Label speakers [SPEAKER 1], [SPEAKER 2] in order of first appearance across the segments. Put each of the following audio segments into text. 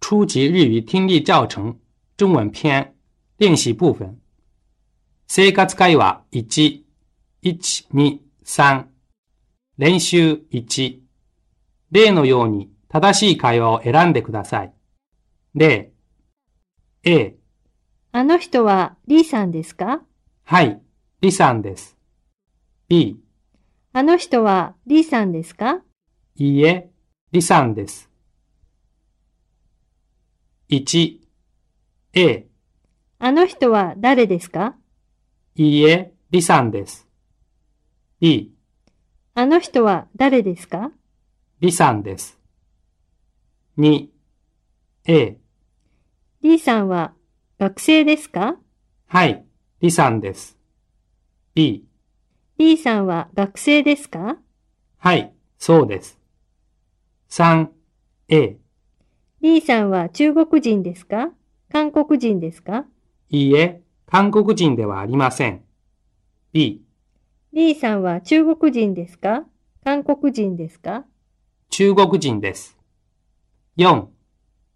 [SPEAKER 1] 初级日语听力教程中文篇练习部分。生活会話1、1、2、3。練習1。例のように正しい会話を選んでください。例。A、
[SPEAKER 2] あの人はリーさんですか
[SPEAKER 1] はい、リさんです。B、
[SPEAKER 2] あの人はリーさんですか
[SPEAKER 1] いいえ、リさんです。1、A、
[SPEAKER 2] あの人は誰ですか
[SPEAKER 1] いいえ、リさんです。B、
[SPEAKER 2] あの人は誰ですか
[SPEAKER 1] リさんです。2、A、
[SPEAKER 2] リーさんは学生ですか
[SPEAKER 1] はい、リさんです。B、
[SPEAKER 2] リーさんは学生ですか
[SPEAKER 1] はい、そうです。3、A、
[SPEAKER 2] リーさんは中国人ですか韓国人ですか
[SPEAKER 1] いいえ、韓国人ではありません。B、
[SPEAKER 2] リーさんは中国人ですか韓国人ですか
[SPEAKER 1] 中国人です。4、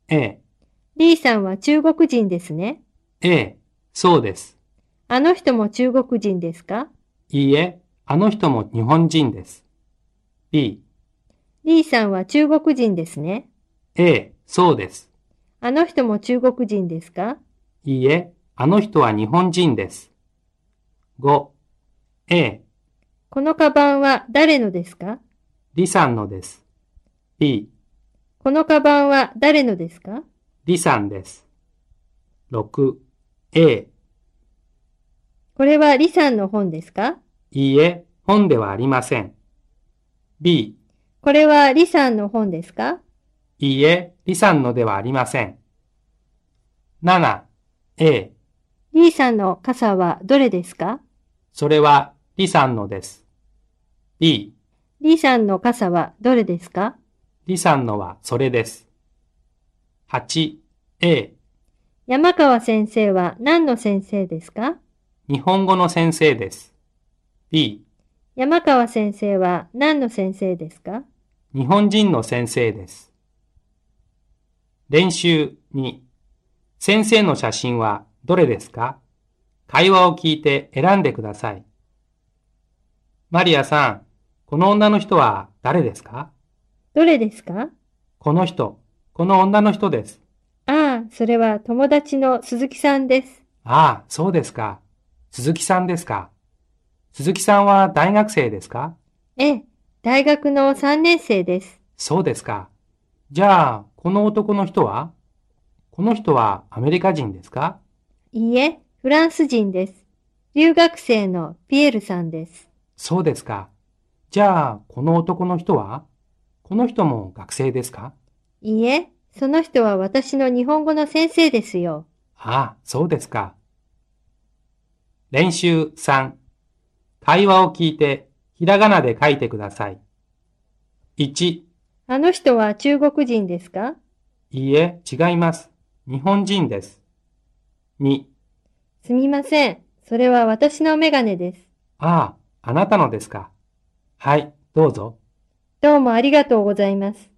[SPEAKER 1] A、
[SPEAKER 2] リーさんは中国人ですね。
[SPEAKER 1] A、そうです。
[SPEAKER 2] あの人も中国人ですか
[SPEAKER 1] いいえ、あの人も日本人です。B、
[SPEAKER 2] リーさんは中国人ですね。
[SPEAKER 1] A、そうです。
[SPEAKER 2] あの人も中国人ですか
[SPEAKER 1] いいえ、あの人は日本人です。5、A、
[SPEAKER 2] このカバンは誰のですか
[SPEAKER 1] 李さんのです。B、
[SPEAKER 2] このカバンは誰のですか
[SPEAKER 1] 李さんです。6、A、
[SPEAKER 2] これはリさんの本ですか
[SPEAKER 1] いいえ、本ではありません。B、
[SPEAKER 2] これはリさんの本ですか
[SPEAKER 1] いいえ、李さんのではありません。7、A、
[SPEAKER 2] リさんの傘はどれですか
[SPEAKER 1] それは李さんのです。B、
[SPEAKER 2] リさんの傘はどれですか
[SPEAKER 1] 李さんのはそれです。8、A、
[SPEAKER 2] 山川先生は何の先生ですか
[SPEAKER 1] 日本語の先生です。B、
[SPEAKER 2] 山川先生は何の先生ですか
[SPEAKER 1] 日本人の先生です。練習2、先生の写真はどれですか会話を聞いて選んでください。マリアさん、この女の人は誰ですか
[SPEAKER 2] どれですか
[SPEAKER 1] この人、この女の人です。
[SPEAKER 2] ああ、それは友達の鈴木さんです。
[SPEAKER 1] ああ、そうですか。鈴木さんですか。鈴木さんは大学生ですか
[SPEAKER 2] ええ、大学の3年生です。
[SPEAKER 1] そうですか。じゃあ、この男の人はこの人はアメリカ人ですか
[SPEAKER 2] いいえ、フランス人です。留学生のピエールさんです。
[SPEAKER 1] そうですか。じゃあ、この男の人はこの人も学生ですか
[SPEAKER 2] いいえ、その人は私の日本語の先生ですよ。
[SPEAKER 1] ああ、そうですか。練習3。会話を聞いて、ひらがなで書いてください。1、
[SPEAKER 2] あの人は中国人ですか
[SPEAKER 1] いいえ、違います。日本人です。2、
[SPEAKER 2] すみません。それは私のメガネです。
[SPEAKER 1] ああ、あなたのですか。はい、どうぞ。
[SPEAKER 2] どうもありがとうございます。